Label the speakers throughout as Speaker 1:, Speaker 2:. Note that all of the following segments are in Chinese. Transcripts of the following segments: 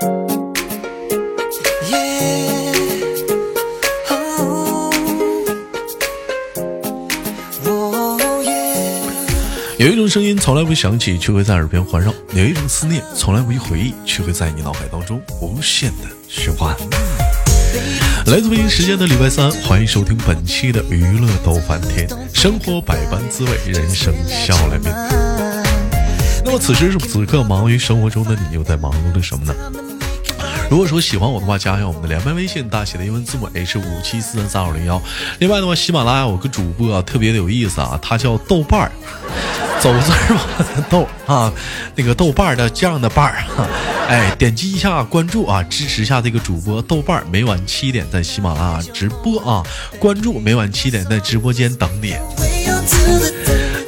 Speaker 1: Oh. Oh,
Speaker 2: 有一种声音从来不响起，却会在耳边环绕；有一种思念从来不回忆，却会在你脑海当中无限的循环。来自北京时间的礼拜三，欢迎收听本期的娱乐逗翻天，生活百般滋味，人生笑来面。那么此时此刻忙于生活中的你，又在忙碌着什么呢？如果说喜欢我的话，加一下我们的连麦微信，大写的英文字母 H 五七四三三二零幺。另外的话，喜马拉雅有个主播、啊、特别的有意思啊，他叫豆瓣儿，走字儿嘛， 豆啊，那个豆瓣儿的酱的瓣儿、啊，哎，点击一下关注啊，支持一下这个主播豆瓣儿，每晚七点在喜马拉雅直播啊，关注每晚七点在直播间等你。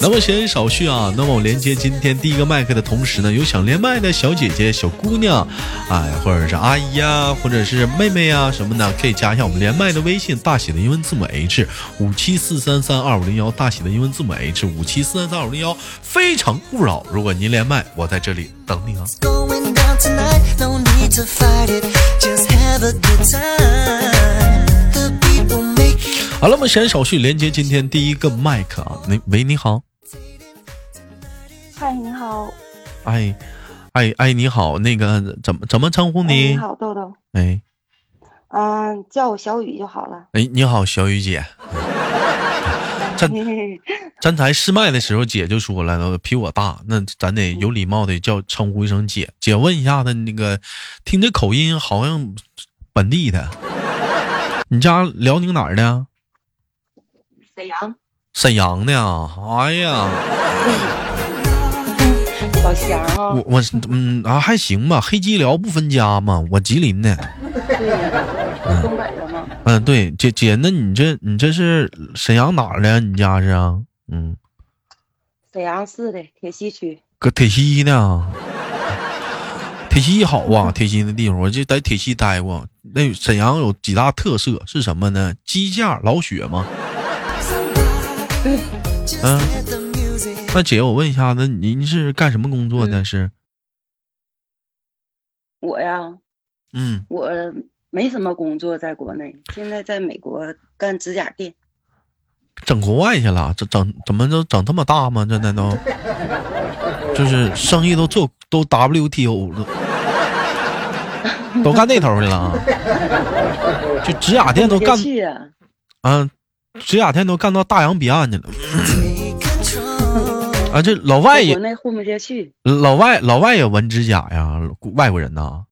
Speaker 2: 那么闲言少叙啊，那么我连接今天第一个麦克的同时呢，有想连麦的小姐姐、小姑娘，哎，或者是阿姨呀、或者是妹妹呀、什么的，可以加一下我们连麦的微信，大写的英文字母 H 五七四三三二五零幺，大写的英文字母 H 五七四三三二五零幺，非诚勿扰。如果您连麦，我在这里等你啊。
Speaker 1: Going down tonight, no need to fight it. Just have a good time. The beat will make you
Speaker 2: 好了，我们闲言少叙，连接今天第一个麦克啊，你喂，你好，
Speaker 3: 嗨，你好，
Speaker 2: 哎，哎哎，你好，那个怎么怎么称呼
Speaker 3: 哎
Speaker 2: 你？
Speaker 3: 你好，豆豆，
Speaker 2: 哎
Speaker 3: 嗯、叫我小雨就好 了。
Speaker 2: 哎，你好，小雨姐。真咱才试麦的时候，姐就说了，比我大，那咱得有礼貌的叫称呼一声姐。姐问一下她那个，听这口音好像本地的， 你家辽宁哪儿的？
Speaker 3: 沈阳，
Speaker 2: 沈阳的啊！哎呀，
Speaker 3: 老乡啊
Speaker 2: 我，我嗯啊还行吧，黑吉辽不分家嘛，我吉林的。
Speaker 3: 对呀，东北的嘛。
Speaker 2: 嗯，对，姐姐，那你这你这是沈阳哪儿的？你家是啊？嗯，
Speaker 3: 沈阳市的铁西区，
Speaker 2: 搁铁西呢？铁西好啊，铁西那地方，我就在铁西待过。那沈阳有几大特色是什么呢？鸡架、老雪嘛。
Speaker 1: just
Speaker 2: Huh?
Speaker 1: let the music.
Speaker 2: 那姐，我问一下，那您是干什么工作的？是
Speaker 3: 我呀，
Speaker 2: 嗯，
Speaker 3: 我没什么工作，在国内，现在在美国干指甲店。
Speaker 2: 整国外去了？这整怎么都整这么大吗？这难道就是生意都做都 WTO 了，都干那头去了啊？就指甲店都
Speaker 3: 别
Speaker 2: 哦干
Speaker 3: 去呀，
Speaker 2: 啊，指甲店都干到大洋彼岸去了
Speaker 1: Take control.
Speaker 2: 啊！这老外
Speaker 3: 在
Speaker 2: 也
Speaker 3: 国内混不下去。
Speaker 2: 老外老外也纹指甲呀，外国人呐。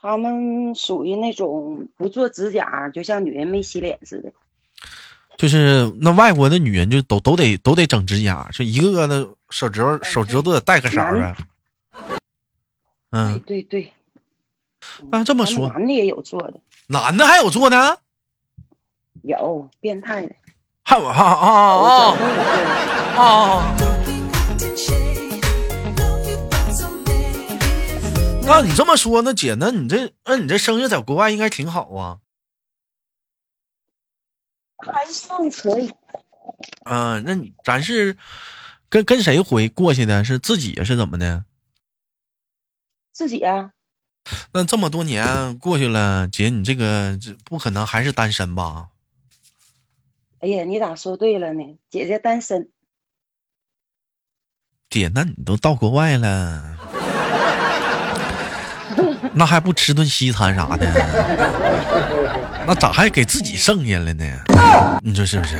Speaker 3: 他们属于那种不做指甲，就像女人没洗脸似的。
Speaker 2: 就是那外国的女人就都都得都得整指甲，这一个个的手指头手指头都得带个色儿啊。
Speaker 3: 对
Speaker 2: 嗯，
Speaker 3: 对对，
Speaker 2: 那这么
Speaker 3: 咱们
Speaker 2: 说，
Speaker 3: 男的也有做的，
Speaker 2: 男的还有做呢？
Speaker 3: 有变态的，
Speaker 2: 还有啊啊
Speaker 3: 有整容有做的。
Speaker 2: 啊啊！
Speaker 1: Don't be cold and shade. Know you got some baby.
Speaker 2: 那你这么说，那姐，那你这那你这生意在国外应该挺好啊。
Speaker 3: 还算可以，
Speaker 2: 嗯、那你咱是跟跟谁回过去的？是自己是怎么的？
Speaker 3: 自己啊，
Speaker 2: 那这么多年过去了，姐，你这个这不可能还是单身吧？
Speaker 3: 哎呀，你咋说对了呢？姐姐单身，
Speaker 2: 姐，那你都到国外了，那还不吃顿西餐啥的？那咋还给自己剩下了呢？你说是不是？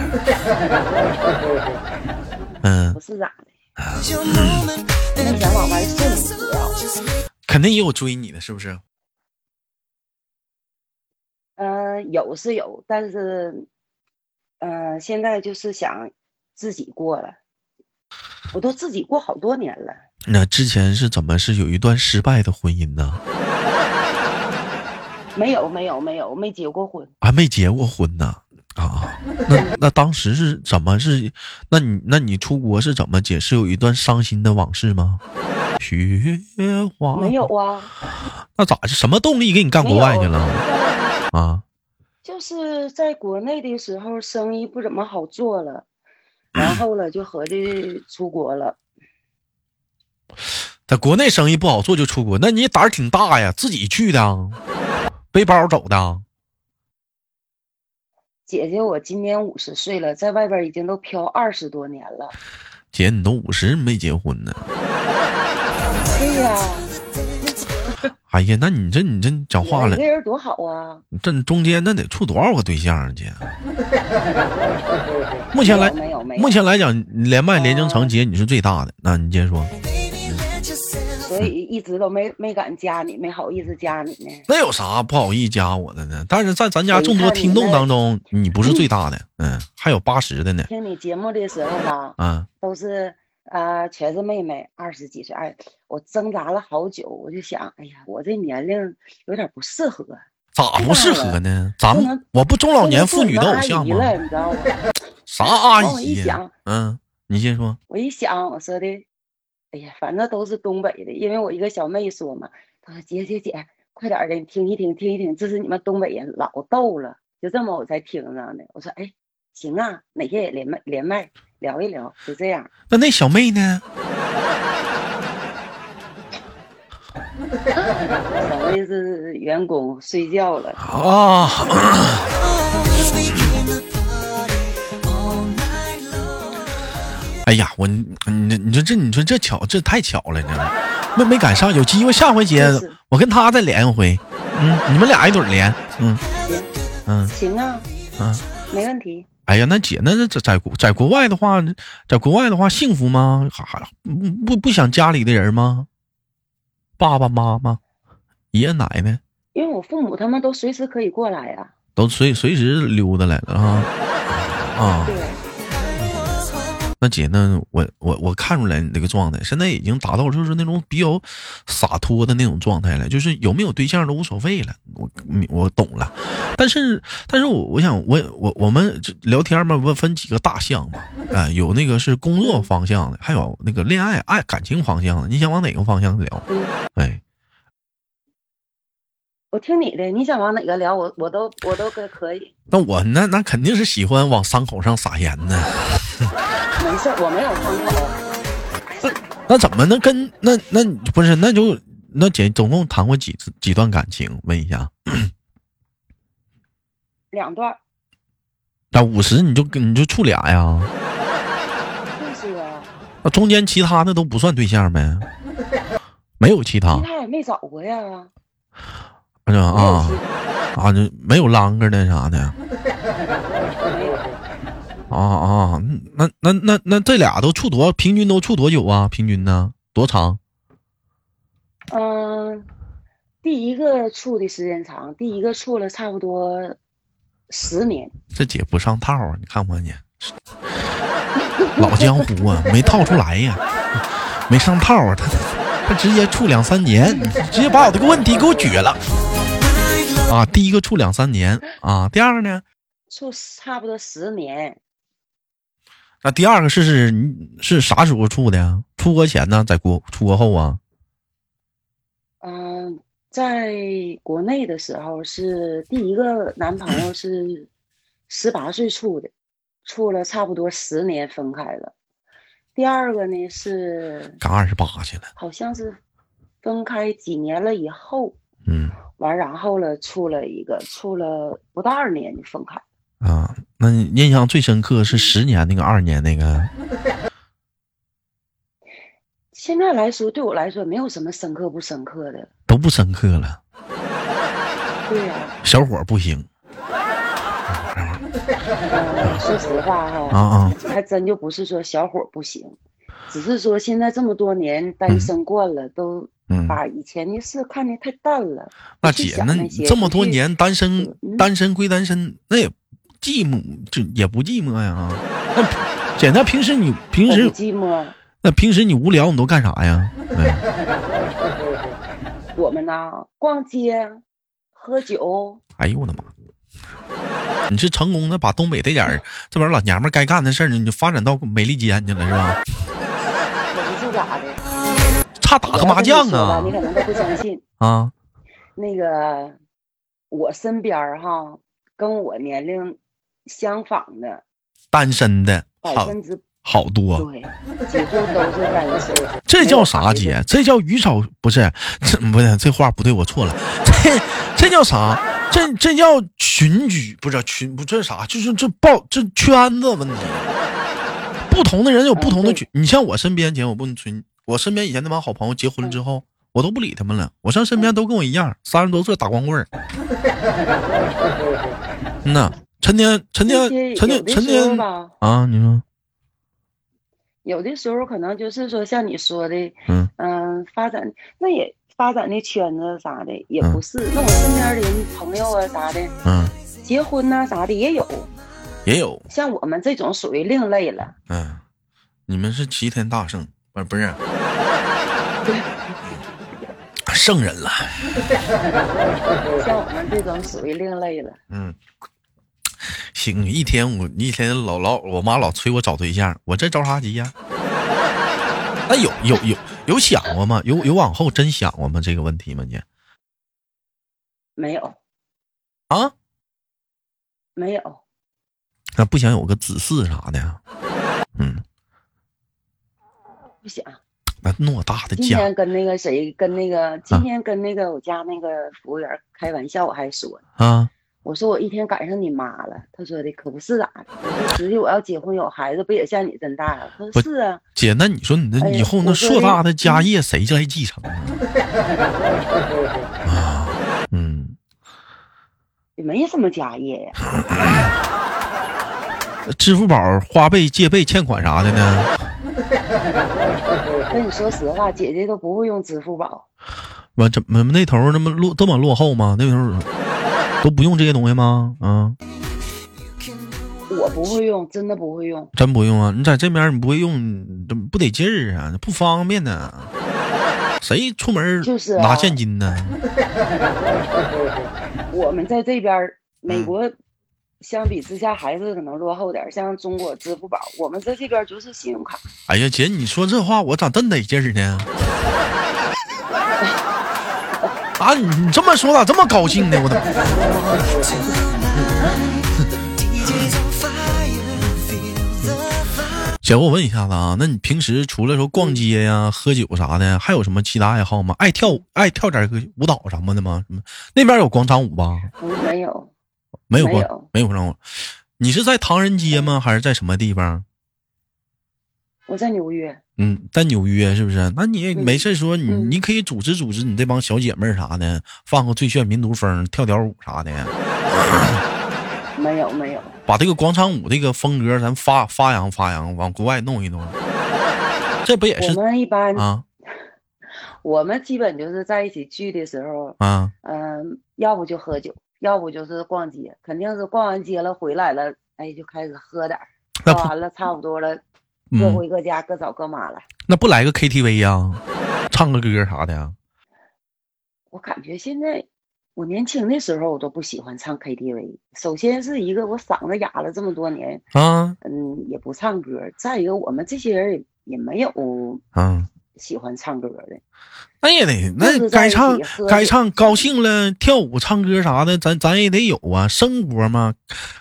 Speaker 2: 嗯，
Speaker 3: 啊不是咋的？
Speaker 1: It's your moment. And
Speaker 3: Mày bảo mày
Speaker 1: be
Speaker 3: xin
Speaker 1: yourself.
Speaker 3: lỗi tao.
Speaker 1: Just make
Speaker 2: 肯定也有追你的，是不是？
Speaker 3: 嗯、有是有，但是，嗯、现在就是想自己过了，我都自己过好多年了，
Speaker 2: 那之前是怎么是有一段失败的婚姻呢？
Speaker 3: 没有没有没有，没结过婚，
Speaker 2: 还没结过婚呢？啊，那那当时是怎么是？那你那你出国是怎么解释有一段伤心的往事吗？ 雪花
Speaker 3: 没有啊，
Speaker 2: 那咋是什么动力给你干
Speaker 3: 没
Speaker 2: 国
Speaker 3: 有
Speaker 2: 外去了啊？
Speaker 3: 就是在国内的时候，生意不怎么好做了，然后了就合计出国了，
Speaker 2: 在国内生意不好做就出国，那你胆儿挺大呀，自己去的啊，背包走的啊。
Speaker 3: 姐姐我今年五十岁了，在外边已经都漂二十多年了。
Speaker 2: 姐，你都五十没结婚呢？
Speaker 3: 对呀、
Speaker 2: 哎呀，那你这你这讲话
Speaker 3: 你
Speaker 2: 了，
Speaker 3: 这人多好啊！
Speaker 2: 你这中间那得处多少个对象啊，姐？目前来，
Speaker 3: 没有没有没有哦
Speaker 2: 目前来讲，你连麦连成成，姐你是最大的。那你接着说，
Speaker 1: Baby, let yourself
Speaker 3: 所以一直都没没敢加你，没好意思加你呢。
Speaker 2: 那有啥不好意思加我的呢？但是在咱家
Speaker 3: 哎
Speaker 2: 众多
Speaker 3: 看你
Speaker 2: 听众
Speaker 3: 那
Speaker 2: 当中，你不是最大的，嗯，还有八十的呢，
Speaker 3: 听你节目的时候吧，
Speaker 2: 啊，
Speaker 3: 都是啊、呃全是妹妹，二十几岁。哎，我挣扎了好久，我就想，哎呀，我这年龄有点不适合，
Speaker 2: 咋不适合呢？咱
Speaker 3: 不
Speaker 2: 们
Speaker 3: 哎能
Speaker 2: 我不中老年妇女的偶像
Speaker 3: 不能做
Speaker 2: 吗
Speaker 3: 什么阿姨？了，你知道吗？
Speaker 2: 啥阿
Speaker 3: 往我
Speaker 2: 姨
Speaker 3: 一
Speaker 2: 呀、
Speaker 3: 想
Speaker 2: 嗯，你先说。
Speaker 3: 我一想，我说的，哎呀，反正都是东北的，因为我一个小妹说嘛，她说姐姐姐，快点儿的，你听一听，听一听，这是你们东北人，老逗了，就这么我才听上的。我说，哎，行啊，哪天也连麦连麦聊一聊，就这样。
Speaker 2: 那那小妹呢？
Speaker 3: 小妹是员工，睡觉了。
Speaker 2: 啊，
Speaker 1: always begin the party all night long.
Speaker 2: 哎呀，我你你你说这你说这巧这太巧了呢，没没赶上，有机会下回姐
Speaker 3: 就是
Speaker 2: 我跟她再连一回，嗯，你们俩一对儿连，嗯嗯
Speaker 3: 行啊，
Speaker 2: 嗯。
Speaker 3: 没问题。
Speaker 2: 哎呀，那姐，那在在国在国外的话，在国外的话幸福吗？还还不不不想家里的人吗？爸爸妈妈、爷爷奶奶
Speaker 3: 因为我父母他们都随时可以过来啊呀、
Speaker 2: 都随随时溜达来了啊啊！嗯
Speaker 3: 对，
Speaker 2: 那姐呢？我我我看出来你这个状态，现在已经达到就是那种比较洒脱的那种状态了，就是有没有对象都无所谓了。我我懂了，但是但是我我想我我我们这聊天嘛，不分几个大项嘛，啊、有那个是工作方向的，还有那个恋爱爱感情方向的，你想往哪个方向聊？
Speaker 3: 嗯，
Speaker 2: 哎，
Speaker 3: 我听你的，你想往哪个聊，我我都我都可可以，
Speaker 2: 那我那那肯定是喜欢往伤口上撒盐呢。
Speaker 3: 没事儿，我没有伤口。
Speaker 2: 那怎么能跟那那不是那就那姐总共谈过几次几段感情？问一下。
Speaker 3: 两段儿，
Speaker 2: 那五十你就跟你就处俩呀？
Speaker 3: 就是啊，
Speaker 2: 那中间其他的都不算对象呗？没有其他
Speaker 3: 其，他也没找过呀，
Speaker 2: 是吧？
Speaker 3: 没有
Speaker 2: 啊
Speaker 3: 其他
Speaker 2: 啊，这没有啷个的啥的
Speaker 3: 没有，
Speaker 2: 啊啊！那那那那这俩都处多，平均都处多久啊？平均呢？多长？
Speaker 3: 嗯，第一个处的时间长，第一个处了差不多十年，
Speaker 2: 这姐不上套啊！你看不看见？老江湖啊，没套出来呀、没上套啊！他他直接处两三年，你直接把我这个问题给我撅了啊！第一个处两三年啊，第二个呢？
Speaker 3: 处差不多十年，
Speaker 2: 那第二个是是你是啥时候处的呀？出国前呢，在国出国后啊？
Speaker 3: 嗯，在国内的时候是第一个男朋友是十八岁处的，处了差不多十年分开了，第二个呢是
Speaker 2: 赶二十八去了。
Speaker 3: 好像是分开几年了以后。
Speaker 2: 嗯
Speaker 3: 完，然后了，处了一个，处了不到二年就分开。
Speaker 2: 啊，那你印象最深刻是十年那个，二年那个。
Speaker 3: 现在来说，对我来说没有什么深刻不深刻的。
Speaker 2: 都不深刻了，
Speaker 3: 对呀、
Speaker 2: 小伙儿不行
Speaker 3: 呃说实话
Speaker 2: 啊
Speaker 3: 哈、
Speaker 2: 啊！
Speaker 3: 还真就不是说小伙儿不行，只是说现在这么多年单身惯了，都
Speaker 2: 嗯，
Speaker 3: 把以前的事看得太淡了。
Speaker 2: 那
Speaker 3: 不去
Speaker 2: 姐，
Speaker 3: 想
Speaker 2: 那
Speaker 3: 那
Speaker 2: 你
Speaker 3: 些
Speaker 2: 这么
Speaker 3: 不
Speaker 2: 多
Speaker 3: 去
Speaker 2: 年单身，
Speaker 3: 嗯
Speaker 2: 单身归单身，那也寂寞，就也不寂寞呀啊。那姐，那平时你平
Speaker 3: 我
Speaker 2: 时
Speaker 3: 不寂寞，
Speaker 2: 那平时你无聊你都干啥呀？嗯
Speaker 3: 我们呢，逛街、喝酒，
Speaker 2: 哎呦我的妈！ 你是成功的把东北这点儿这帮老娘们儿该干的事儿，你就发展到美利坚去了是吧？
Speaker 3: 可不是咋的。
Speaker 2: 差打个
Speaker 3: 我要
Speaker 2: 麻
Speaker 3: 跟你
Speaker 2: 将
Speaker 3: 说吧
Speaker 2: 啊
Speaker 3: 你可能都不相信。
Speaker 2: 啊！
Speaker 3: 那个我身边儿哈，跟我年龄相仿的
Speaker 2: 单身的
Speaker 3: 百
Speaker 2: 好
Speaker 3: 分之
Speaker 2: 好多，
Speaker 3: 对，几乎都是单身。
Speaker 2: 这叫
Speaker 3: 没有
Speaker 2: 啥
Speaker 3: 孩子？
Speaker 2: 姐？这叫鱼草不是？这不是这话不对，我错了。这这叫啥？这这叫群居，不是群不这是啥？就是这抱这圈子问题，不不同的人有
Speaker 3: 嗯
Speaker 2: 不同的
Speaker 3: 对
Speaker 2: 举。你像我身边，姐，我不能存，我身边以前那帮好朋友结婚之后，我都不理他们了。我上身边都跟我一样，三十多岁打光棍儿。 嗯呐，成天成
Speaker 3: 这
Speaker 2: 天
Speaker 3: 些
Speaker 2: 成
Speaker 3: 有
Speaker 2: 天
Speaker 3: 的
Speaker 2: 成
Speaker 3: 时候
Speaker 2: 天
Speaker 3: 吧，
Speaker 2: 啊，你说，
Speaker 3: 有的时候可能就是说像你说的，
Speaker 2: 嗯
Speaker 3: 嗯，发展那也发展的圈子啥的也
Speaker 2: 嗯
Speaker 3: 不是。那我身边的人朋友啊啥的，
Speaker 2: 嗯，
Speaker 3: 结婚呐、啥的也有，
Speaker 2: 也有，
Speaker 3: 像我们这种属于另类了。
Speaker 2: 嗯，你们是齐天大圣，不是不是， 圣人了。
Speaker 3: 像我们这种属于另类了，
Speaker 2: 嗯，行，一天我一天老老我妈老催我找对象，我这着啥急 呀、那有哎有有有想过吗？有有往后真想过吗？这个问题吗？你
Speaker 3: 没有，
Speaker 2: 啊，
Speaker 3: 没有，
Speaker 2: 那不想有个子嗣啥的？嗯，
Speaker 3: 不想。
Speaker 2: 那偌大的
Speaker 3: 今
Speaker 2: 家，
Speaker 3: 天跟那个谁，跟那
Speaker 2: 啊
Speaker 3: 个今天跟那个我家那个服务员开玩笑，我还说呢，
Speaker 2: 啊，
Speaker 3: 我说我一天赶上你妈了。他说的可不是咋的，我说侄女我要结婚有孩子，不也像你这么大呀？他
Speaker 2: 不
Speaker 3: 说是啊，
Speaker 2: 姐，那你说你那
Speaker 3: 哎呀
Speaker 2: 以后那
Speaker 3: 我说
Speaker 2: 硕
Speaker 3: 这
Speaker 2: 大的家业谁来继承 啊？啊，嗯，
Speaker 3: 也没什么家业呀。
Speaker 2: 支付宝花呗、借呗、欠款啥的呢？
Speaker 3: 跟你说实话，姐姐都不会用支付宝，
Speaker 2: 完怎么那头儿那么落这么落后吗？那头儿都不用这些东西吗？啊，
Speaker 3: 我不会用，真的不会用。
Speaker 2: 真不用啊！你在这边你不会用，这不得劲儿啊，不方便呢、谁出门儿
Speaker 3: 就是啊
Speaker 2: 拿现金呢？
Speaker 3: 我们在这边儿，
Speaker 2: 嗯
Speaker 3: 美国相比之下还是可能落后点儿，像中国支付宝，我们在这边儿就是信用卡。
Speaker 2: 哎呀，姐，你说这话我咋真得劲儿呢？ 啊，你你这么说咋这么高兴呢？我的，
Speaker 1: DJ's on fire, feel the vibe.
Speaker 2: 姐，我问一下子啊，那你平时除了说逛街呀、喝酒啥的，还有什么其他爱好吗？爱跳舞爱跳点儿个舞蹈什么的吗？什么那边有广场舞吧？
Speaker 3: 不没有，
Speaker 2: 没有
Speaker 3: 没
Speaker 2: 过，
Speaker 3: 有
Speaker 2: 没有让我。你是在唐人街吗？还是在什么地方？
Speaker 3: 我在纽约，
Speaker 2: 嗯，在纽约是不是？那你也
Speaker 3: 嗯
Speaker 2: 没事说你，
Speaker 3: 嗯
Speaker 2: 你可以组织组织你这帮小姐妹儿啥的，放个最炫民族风，跳点舞啥的，
Speaker 3: 没有没有。
Speaker 2: 把这个广场舞这个风格咱发发扬发扬，往国外弄一弄。这不也
Speaker 3: 我
Speaker 2: 哎是
Speaker 3: 们一般，
Speaker 2: 啊
Speaker 3: 我们基本就是在一起聚的时候，
Speaker 2: 啊？
Speaker 3: 嗯，要不就喝酒，要不就是逛街，肯定是逛完街了回来了，哎，就开始喝点儿，
Speaker 2: 那
Speaker 3: 喝
Speaker 2: 不
Speaker 3: 完了差不多了，各
Speaker 2: 嗯，
Speaker 3: 回各家，各找各妈了。
Speaker 2: 那不来个 KTV 呀、唱个歌啥的呀？
Speaker 3: 我感觉现在我年轻的时候，我都不喜欢唱 KTV。首先是一个我嗓子哑了这么多年，
Speaker 2: 啊
Speaker 3: 嗯，也不唱歌；再一个，我们这些人也也没有
Speaker 2: 啊，
Speaker 3: 喜欢唱歌的。
Speaker 2: 那也得，
Speaker 3: 就
Speaker 2: 那
Speaker 3: 是在
Speaker 2: 该
Speaker 3: 一起
Speaker 2: 唱
Speaker 3: 喝
Speaker 2: 该
Speaker 3: 酒
Speaker 2: 唱，高兴了跳舞、唱歌啥的，咱咱也得有啊，生活嘛，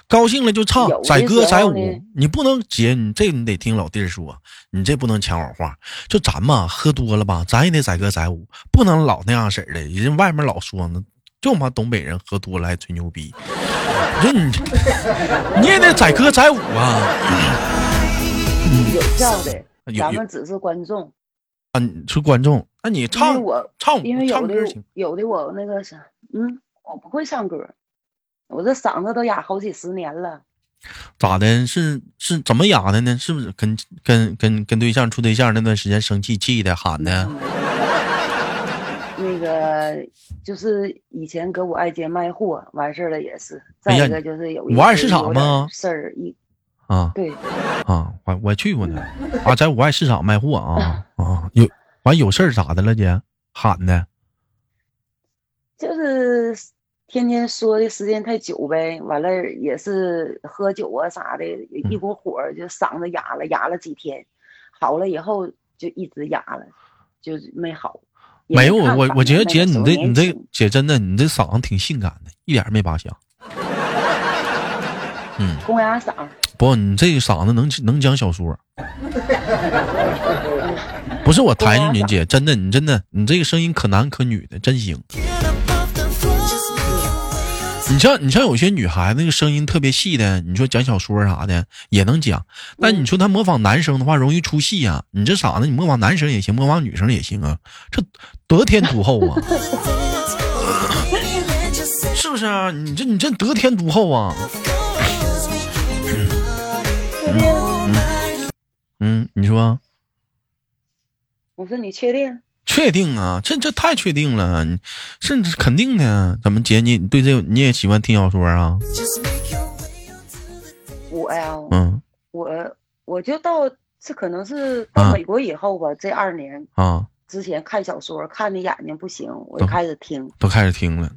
Speaker 2: 高兴了就唱
Speaker 3: 有，的
Speaker 2: 载歌
Speaker 3: 时
Speaker 2: 载
Speaker 3: 候
Speaker 2: 舞
Speaker 3: 呢，
Speaker 2: 你不能姐，你这你得听老弟儿说，你这不能抢我话。就咱嘛，喝多了吧，咱也得载歌载舞，不能老那样式儿的。人外面老说呢，就我们东北人喝多了还吹牛逼，你说你你也得载歌载舞啊。
Speaker 3: 有票 的，
Speaker 2: 有有
Speaker 3: 咱们只是观众，
Speaker 2: 啊，你是观众，那你
Speaker 3: 因为
Speaker 2: 唱
Speaker 3: 我
Speaker 2: 唱舞
Speaker 3: 因为
Speaker 2: 唱
Speaker 3: 有的
Speaker 2: 歌行。
Speaker 3: 有的我那个啥，嗯，我不会唱歌，我这嗓子都哑好几十年了。
Speaker 2: 咋的？是是怎么哑的呢？是不是跟跟跟跟对象处对象那段时间生气气的喊的？
Speaker 3: 那个就是以前搁我爱街卖货，完事儿了也是。
Speaker 2: 哎
Speaker 3: 再
Speaker 2: 呀
Speaker 3: 一个就是有一
Speaker 2: 五二
Speaker 3: 次
Speaker 2: 市场
Speaker 3: 有点
Speaker 2: 吗
Speaker 3: 事儿一
Speaker 2: 啊
Speaker 3: 对，
Speaker 2: 啊！我我去过呢，啊，在五爱市场卖货啊啊！有完有事儿咋的了姐？喊的
Speaker 3: 就是天天说的时间太久呗，完了也是喝酒啊啥的，一股火儿就嗓子哑了，哑了几天，好了以后就一直哑了，就是没好。也
Speaker 2: 没有？
Speaker 3: 看
Speaker 2: 我
Speaker 3: 法
Speaker 2: 我觉得
Speaker 3: 那
Speaker 2: 姐
Speaker 3: 个
Speaker 2: 你
Speaker 3: 时候
Speaker 2: 这
Speaker 3: 年
Speaker 2: 你这
Speaker 3: 轻
Speaker 2: 姐真的你这嗓子挺性感的，一点儿没拔响。
Speaker 3: 公鸭嗓儿，
Speaker 2: 不，你这嗓子能能讲小说。不是我抬着你姐，真的你真的你这个声音可男可女的，真行。
Speaker 1: Get up off the floor. Just make your way
Speaker 2: 你像你像有些女孩子那个声音特别细的，你说讲小说啥的也能讲，但你说她模仿男生的话容易出戏呀、你这啥呢？你模仿男生也行，模仿女生也行啊，这得天独厚啊， 是不是啊？你这你这得天独厚啊。嗯，你说
Speaker 3: 我说你确定？
Speaker 2: 确定啊？这这太确定了，你甚至肯定的。怎么姐，你对这你也喜欢听小说啊？
Speaker 3: 我呀，
Speaker 2: 嗯
Speaker 3: 我我就到这可能是
Speaker 2: 啊
Speaker 3: 到美国以后吧，这二年
Speaker 2: 啊，
Speaker 3: 之前看小说看的眼睛不行，我就开始听。
Speaker 2: 都开始听了。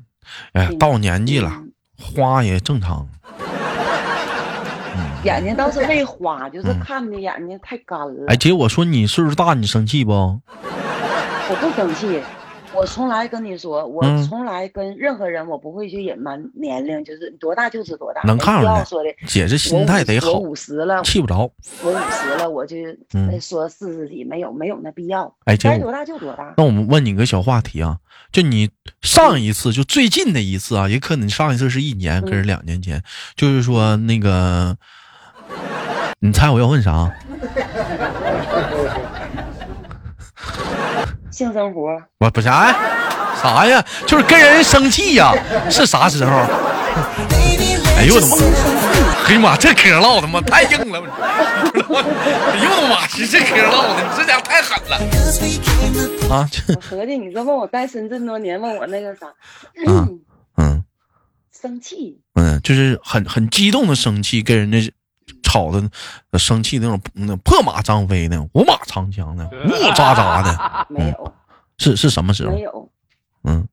Speaker 2: 哎，到年纪哦了，
Speaker 3: 嗯
Speaker 2: 花也正常。
Speaker 3: 眼睛倒是没花，就是
Speaker 2: 嗯
Speaker 3: 看的眼睛太干了。
Speaker 2: 哎，姐，我说你岁数大，你生气不？
Speaker 3: 我不生气，我从来跟你说，我
Speaker 2: 嗯
Speaker 3: 从来跟任何人我不会去隐瞒年龄，就是你多大就是多大。
Speaker 2: 能
Speaker 3: 没
Speaker 2: 看
Speaker 3: 必
Speaker 2: 出
Speaker 3: 要
Speaker 2: 来
Speaker 3: 说的，
Speaker 2: 姐这心态得
Speaker 3: 我
Speaker 2: 好
Speaker 3: 五，我五十了，
Speaker 2: 气不着。
Speaker 3: 我五十了，我就
Speaker 2: 嗯
Speaker 3: 呃说四十几没有没有那必要，
Speaker 2: 哎，姐，
Speaker 3: 该
Speaker 2: 我
Speaker 3: 多大就多大。
Speaker 2: 那我们问你个小话题啊，就你上一次，就最近的一次啊，也可能上一次是一
Speaker 3: 嗯
Speaker 2: 年，可是两年前，就是说那个，你猜我要问啥？啊
Speaker 3: 性生活
Speaker 2: 我不是哎，啥呀？就是跟人生气呀、是啥时候？哎呦我的妈！哎呀妈，这嗑唠的妈太硬了！ 哎呦我的妈，这嗑唠的，你这家伙太狠了啊！这
Speaker 3: 我合计你这问我在深圳多年，问我那个啥，
Speaker 2: 啊嗯
Speaker 3: 生气，
Speaker 2: 嗯，就是很很激动的生气，跟人家吵的呃生气那种那破马张飞的，五马长枪的，呜呜喳喳的，
Speaker 3: 没有
Speaker 2: 是是什么时候
Speaker 3: 没？有
Speaker 2: 嗯，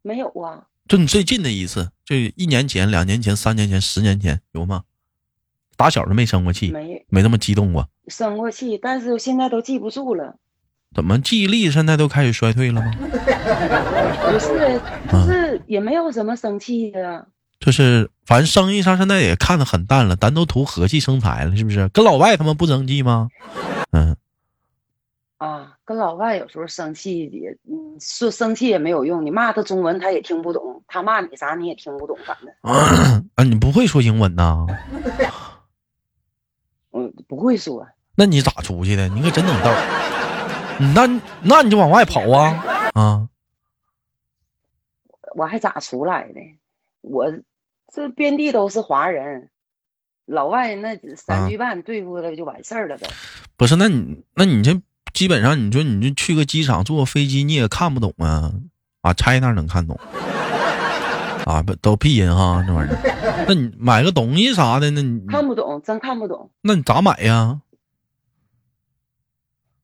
Speaker 3: 没有啊，
Speaker 2: 就你最近的一次，就一年前、两年前、三年前、十年前有吗？打小就没生过气，
Speaker 3: 没
Speaker 2: 没这么激动过。
Speaker 3: 生过气，但是现在都记不住了。
Speaker 2: 怎么记忆力现在都开始衰退了吗？
Speaker 3: 不是，就是也没有什么生气的，
Speaker 2: 就是反正生意上现在也看得很淡了，咱都图和气生财了，是不是？跟老外他们不争气吗？嗯，
Speaker 3: 啊，跟老外有时候生气也，嗯，说生气也没有用，你骂他中文他也听不懂，他骂你啥你也听不懂，反正
Speaker 2: 啊，你不会说英文呐？
Speaker 3: 嗯不会说，
Speaker 2: 那你咋出去的？你可真能逗儿。那那你就往外跑啊啊！
Speaker 3: 我还咋出来的？我这遍地都是华人，老外那
Speaker 2: 啊
Speaker 3: 三句半对付了就完事儿了呗。
Speaker 2: 不是，那你那你这基本上，你说你就去个机场坐个飞机，你也看不懂啊啊，China 能看懂啊？不都屁音哈，这玩意儿。那你买个东西啥的，那你
Speaker 3: 看不懂，真看不懂。
Speaker 2: 那你咋买呀？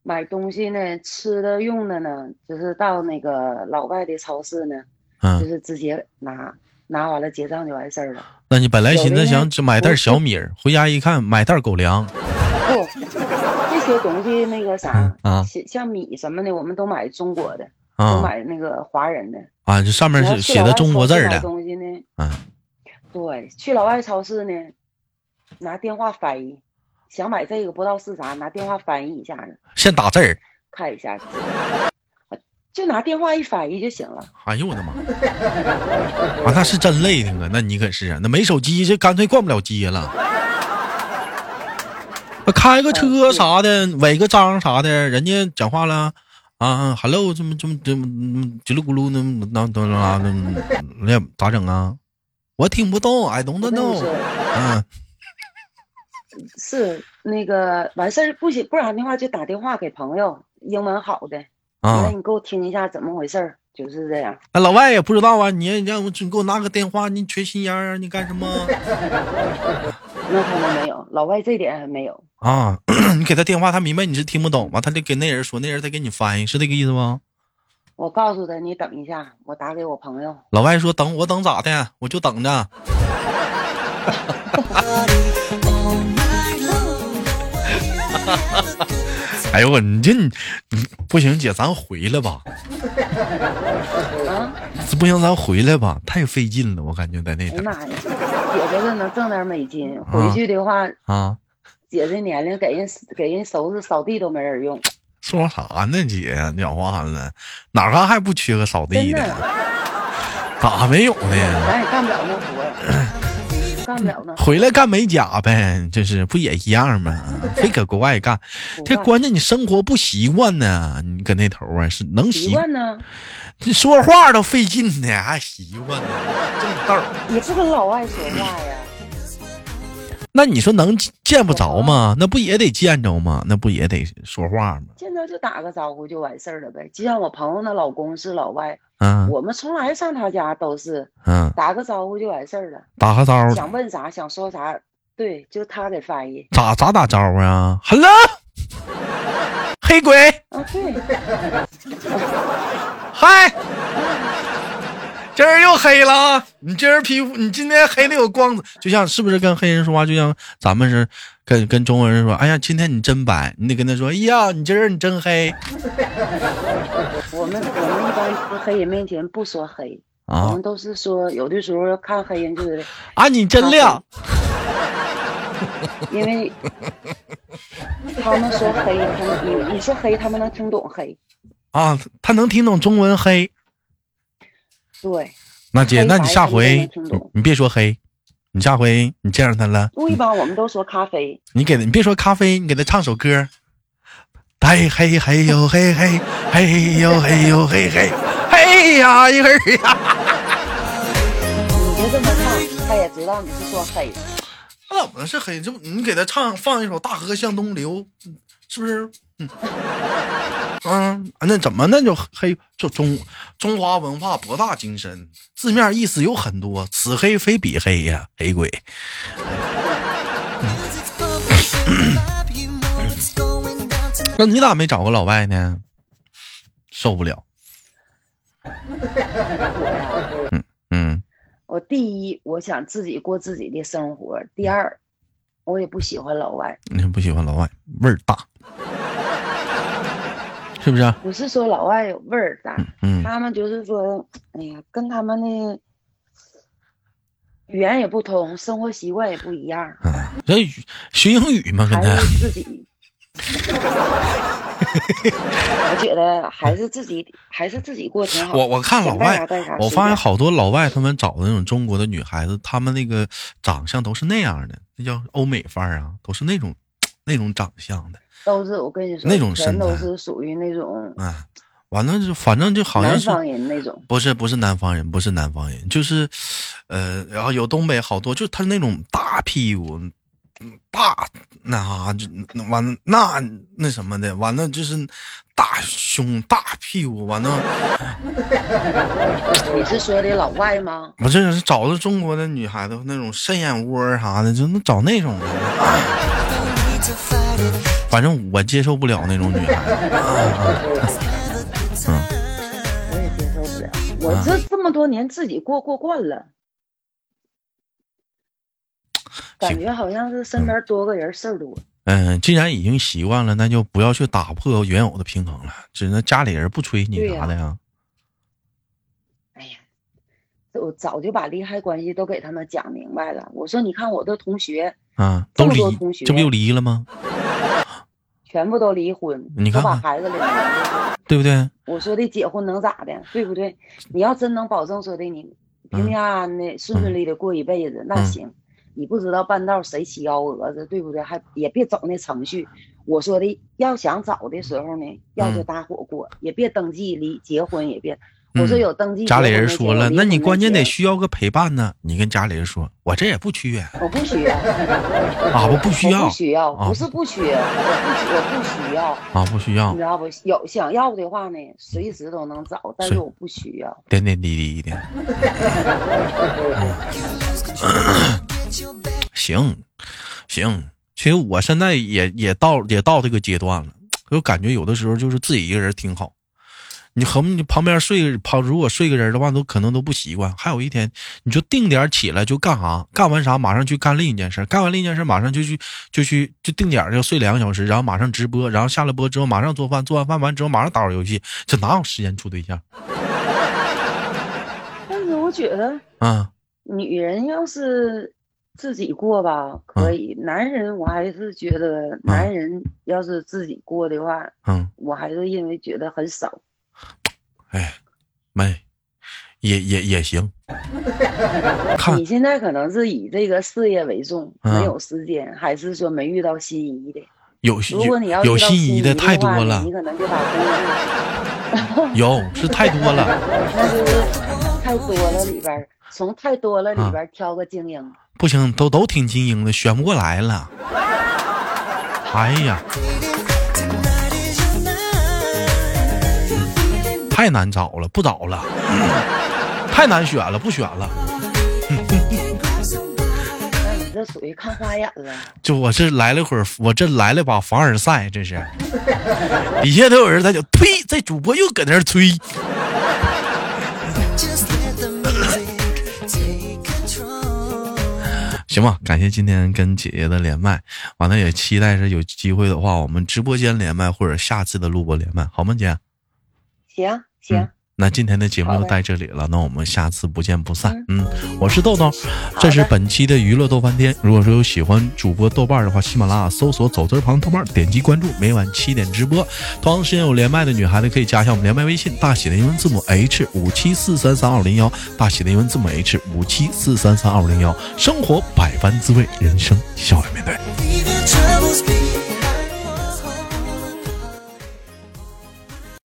Speaker 3: 买东西呢，吃的用的呢，就是到那个老外的超市呢，就
Speaker 2: 嗯，
Speaker 3: 是直接拿，拿完了结账就完事儿了。
Speaker 2: 那你本来寻思
Speaker 3: 有的
Speaker 2: 想
Speaker 3: 人
Speaker 2: 只买袋小米儿，回家一看买袋狗粮，
Speaker 3: 不，哦这些东西那个啥，
Speaker 2: 嗯啊
Speaker 3: 像像米什么的，我们都买中国的，都
Speaker 2: 啊
Speaker 3: 买那个华人的。
Speaker 2: 啊，这上面
Speaker 3: 你要
Speaker 2: 是
Speaker 3: 去
Speaker 2: 写
Speaker 3: 老
Speaker 2: 的
Speaker 3: 外
Speaker 2: 中国字
Speaker 3: 超市
Speaker 2: 儿
Speaker 3: 买
Speaker 2: 的，
Speaker 3: 东西呢，
Speaker 2: 嗯
Speaker 3: 对，去老外超市呢，拿电话翻译，想买这个不知道是啥，拿电话翻译一下子，
Speaker 2: 先打字儿。
Speaker 3: 看一下子，啊就拿电话一翻译就行了。
Speaker 2: 哎呦我的妈！啊，那是真累挺啊，那你可是啊，那没手机这干脆逛不了街了。那开个车啥的，违个章啥的，人家讲话了啊，hello，这么这么这么嗯叽里咕噜，那那那那那那咋整啊？我听不懂，I don't
Speaker 3: 我跟你
Speaker 2: know。
Speaker 3: 说，
Speaker 2: 嗯，
Speaker 3: 是那个完事儿不行，不然的话就打电话给朋友，英文好的，那
Speaker 2: 啊，
Speaker 3: 你给我听一下怎么回事儿，就是这样。
Speaker 2: 那老外也不知道啊，你让我你给我拿个电话，你缺心眼儿啊，你干什么？
Speaker 3: 那他们没有，老外这点还没有。
Speaker 2: 啊， 你给他电话，他明白你是听不懂吗？他得给那人说，那人再给你翻译，是这个意思吗？
Speaker 3: 我告诉他，你等一下，我打给我朋友。
Speaker 2: 老外说等我等咋的，我就等着。哎呦我，你这你你不行，姐，咱回来吧，
Speaker 3: 啊，
Speaker 2: 不行，咱回来吧，太费劲了，我感觉在那
Speaker 3: 哎
Speaker 2: 头
Speaker 3: 呀妈呀，姐夫这能挣点美金，回去的话，
Speaker 2: 啊，
Speaker 3: 姐这年龄给人给人收拾扫地都没人用，
Speaker 2: 说啥呢，姐，你讲话了，哪嘎还不缺个扫地
Speaker 3: 真
Speaker 2: 的？
Speaker 3: 的。
Speaker 2: 咋没有呢？
Speaker 3: 咱也干不了那活儿，干不了那活
Speaker 2: 回来干美甲呗，这是不也一样吗？非搁国外干，
Speaker 3: 儿
Speaker 2: 这关键你生活不习惯呢，你搁那头啊是能
Speaker 3: 习
Speaker 2: 习，
Speaker 3: 惯呢，
Speaker 2: 这说话都费劲 呢，还习惯呢，这么逗儿。
Speaker 3: 你这个老爱说话呀。
Speaker 2: 那你说能见不着吗？那不也得见着吗？那不也得说话吗？
Speaker 3: 见着就打个招呼就完事儿了呗。就像我朋友那老公是老外，
Speaker 2: 嗯
Speaker 3: 我们从来上他家都是
Speaker 2: 嗯，
Speaker 3: 打个招呼就完事儿了，
Speaker 2: 打个招呼，
Speaker 3: 想问啥想说啥，对，就他给翻译。
Speaker 2: 咋咋打招呼啊？Hello，黑鬼，
Speaker 3: 啊，对，
Speaker 2: 嗨，今儿又黑了啊！你今儿皮肤，你今天黑的有光泽，就像是不是跟黑人说话，就像咱们是跟跟中国人说，哎呀，今天你真白，你得跟他说，哎呀，你今儿你真黑
Speaker 3: 我们我们一般在黑人面前不说黑，我
Speaker 2: 啊
Speaker 3: 们都是说有的时候看黑人就是
Speaker 2: 啊，你真亮，
Speaker 3: 因为他们说黑，他们你你说黑，他们能听懂黑。
Speaker 2: 啊，他能听懂中文黑。
Speaker 3: 对，
Speaker 2: 那姐，
Speaker 3: 黑
Speaker 2: 那你
Speaker 3: 白
Speaker 2: 下
Speaker 3: 什么都能
Speaker 2: 回
Speaker 3: 听懂
Speaker 2: 你别说黑，你下回你见着他了，
Speaker 3: 一般我们都说咖啡，
Speaker 2: 你给他，你别说咖啡，你给他唱首歌。嘿嘿嘿呦嘿嘿嘿呦嘿呦嘿嘿嘿呀一会儿呀，
Speaker 3: 你就这么唱，他也知道你是说黑。
Speaker 2: 那怎么是黑？这不你给他唱放一首《大河向东流》，嗯是不是？嗯，嗯，那怎么那就黑？就中中华文化博大精深，字面意思有很多，此黑非彼黑呀，黑鬼。那你咋没找个老外呢？受不了。嗯
Speaker 3: 我第一，我想自己过自己的生活；第二，我也不喜欢老外。
Speaker 2: 嗯，你不喜欢老外，味儿大，是不是啊？
Speaker 3: 不是说老外有味儿大，
Speaker 2: 嗯
Speaker 3: 他们就是说，哎呀，跟他们的语言也不通，生活习惯也不一 样，
Speaker 2: 啊，这语学英语嘛，跟
Speaker 3: 还
Speaker 2: 他
Speaker 3: 是自己。我觉得还是自己，还是自己过挺好。
Speaker 2: 我我看老
Speaker 3: 想带
Speaker 2: 外
Speaker 3: 啥带啥，
Speaker 2: 我
Speaker 3: 随
Speaker 2: 发现
Speaker 3: 便
Speaker 2: 好多老外他们找的那种中国的女孩子，她们那个长相都是那样的，那叫欧美范儿啊，都是那种那种长相的
Speaker 3: 都是我跟你说，
Speaker 2: 那种
Speaker 3: 全
Speaker 2: 身
Speaker 3: 都
Speaker 2: 材
Speaker 3: 是属于那种
Speaker 2: 啊。完了就反正就好像
Speaker 3: 南
Speaker 2: 是
Speaker 3: 方人那种。
Speaker 2: 不是不是南方人，不是南方人，就是，呃，然后有东北好多，就是他那种大屁股，嗯大那啥就那完了那那什么的，完了就是大胸大屁股，完了
Speaker 3: 你是说的老外吗？
Speaker 2: 我这是找的中国的女孩子那种深眼窝儿啥的，就能找那种的，反正我接受不了那种女孩子。
Speaker 3: 我也接受
Speaker 2: 啊
Speaker 3: 不了，我这这么多年自己过过惯了，感觉好像是身边多个人事儿多。
Speaker 2: 嗯，既然已经习惯了，那就不要去打破原有的平衡了，只能家里人不催你
Speaker 3: 对呀
Speaker 2: 啥的呀。
Speaker 3: 哎呀，我早就把利害关系都给他们讲明白了。我说，你看我的同学
Speaker 2: 啊，
Speaker 3: 这
Speaker 2: 都
Speaker 3: 么
Speaker 2: 离
Speaker 3: 多同，学
Speaker 2: 这不又离了吗？
Speaker 3: 全部都离婚，
Speaker 2: 你看
Speaker 3: 都把
Speaker 2: 看
Speaker 3: 孩子领了。
Speaker 2: 对不对？
Speaker 3: 我说的结婚能咋的，对不对？你要真能保证说的你平平安安的、顺顺利利地过一辈子，那
Speaker 2: 嗯
Speaker 3: 行。你不知道半道谁起幺蛾子，对不对？还也别走那程序。我说的，要想找的时候呢，要就
Speaker 2: 嗯
Speaker 3: 搭伙过，也别登记离结婚，也别。
Speaker 2: 嗯
Speaker 3: 我说有登记，
Speaker 2: 家里
Speaker 3: 结婚
Speaker 2: 人
Speaker 3: 没
Speaker 2: 说
Speaker 3: 结
Speaker 2: 了，
Speaker 3: 婚
Speaker 2: 那你
Speaker 3: 离婚没
Speaker 2: 关键得
Speaker 3: 结婚
Speaker 2: 需要个陪伴呢。你跟家里人说，我这也不缺
Speaker 3: 我不需要，
Speaker 2: 啊，不不需
Speaker 3: 我
Speaker 2: 要
Speaker 3: 不需要，
Speaker 2: 啊
Speaker 3: 不是不缺，我不需我不需要，
Speaker 2: 啊，不需要
Speaker 3: 你知，道不？有想要的话呢，随时都能找，但
Speaker 2: 是
Speaker 3: 是我不需要。
Speaker 2: 点点滴滴的。行，行，其实我现在也也到也到这个阶段了，我感觉有的时候就是自己一个人挺好。你和你旁边睡个旁，如果睡个人的话，都可能都不习惯。还有一天，你就定点起来就干啥，干完啥马上去干另一件事，干完另一件事马上就去就去就定点就睡两个小时，然后马上直播，然后下了播之后马上做饭，做完饭完之后马上打会儿游戏，这哪有时间处对象
Speaker 3: 但是我觉得
Speaker 2: 啊？
Speaker 3: 女人要是自己过吧，
Speaker 2: 嗯
Speaker 3: 可以；男人我还是觉得，男人要是自己过的话，
Speaker 2: 嗯，
Speaker 3: 我还是因为觉得很少。
Speaker 2: 哎，妹，也也也行。看
Speaker 3: 你现在可能是以这个事业为重，
Speaker 2: 嗯
Speaker 3: 没有时间，还是说没遇到心仪的？
Speaker 2: 有
Speaker 3: 如果你要
Speaker 2: 有有
Speaker 3: 遇到
Speaker 2: 心仪的
Speaker 3: 的
Speaker 2: 太多
Speaker 3: 话
Speaker 2: 了
Speaker 3: 你，可能就把工作
Speaker 2: 有是太多了，
Speaker 3: 那就是太多了里边儿，从太多了里
Speaker 2: 嗯
Speaker 3: 边儿挑个精英。
Speaker 2: 不行，都都挺精英的，选不过来了。哎呀，
Speaker 1: Tonight is your night. You're feeling
Speaker 2: 太难找了，不找了， 太难选了，不选了。
Speaker 1: can grab somebody.
Speaker 3: 那你这属于看花眼了，
Speaker 2: 就我这来了会儿，我这来了把凡尔赛，这是 底下都有人在讲，呸！这主播又搁那儿吹，
Speaker 1: Just let the music take control.
Speaker 2: 行吧？感谢今天跟姐姐的连麦，完了也期待着有机会的话，我们直播间连麦或者下次的录播连麦，好吗，姐？
Speaker 3: 行行。
Speaker 2: 嗯那今天的节目
Speaker 3: 好
Speaker 2: 就
Speaker 3: 嘞
Speaker 2: 到这里了，那我们下次不见不散。嗯，我是豆豆，这是
Speaker 3: 好的
Speaker 2: 本期的娱乐豆翻天。如果说有喜欢主播豆瓣的话，喜马拉雅搜索“走字儿旁豆瓣”，点击关注，每晚七点直播。同样时间有连麦的女孩子可以加一下我们连麦微信，大写的英文字母 H 五七四三三二零幺，大写的英文字母 H 五七四三三二零幺。生活百般滋味，人生笑着面对。
Speaker 1: Leave your troubles behind.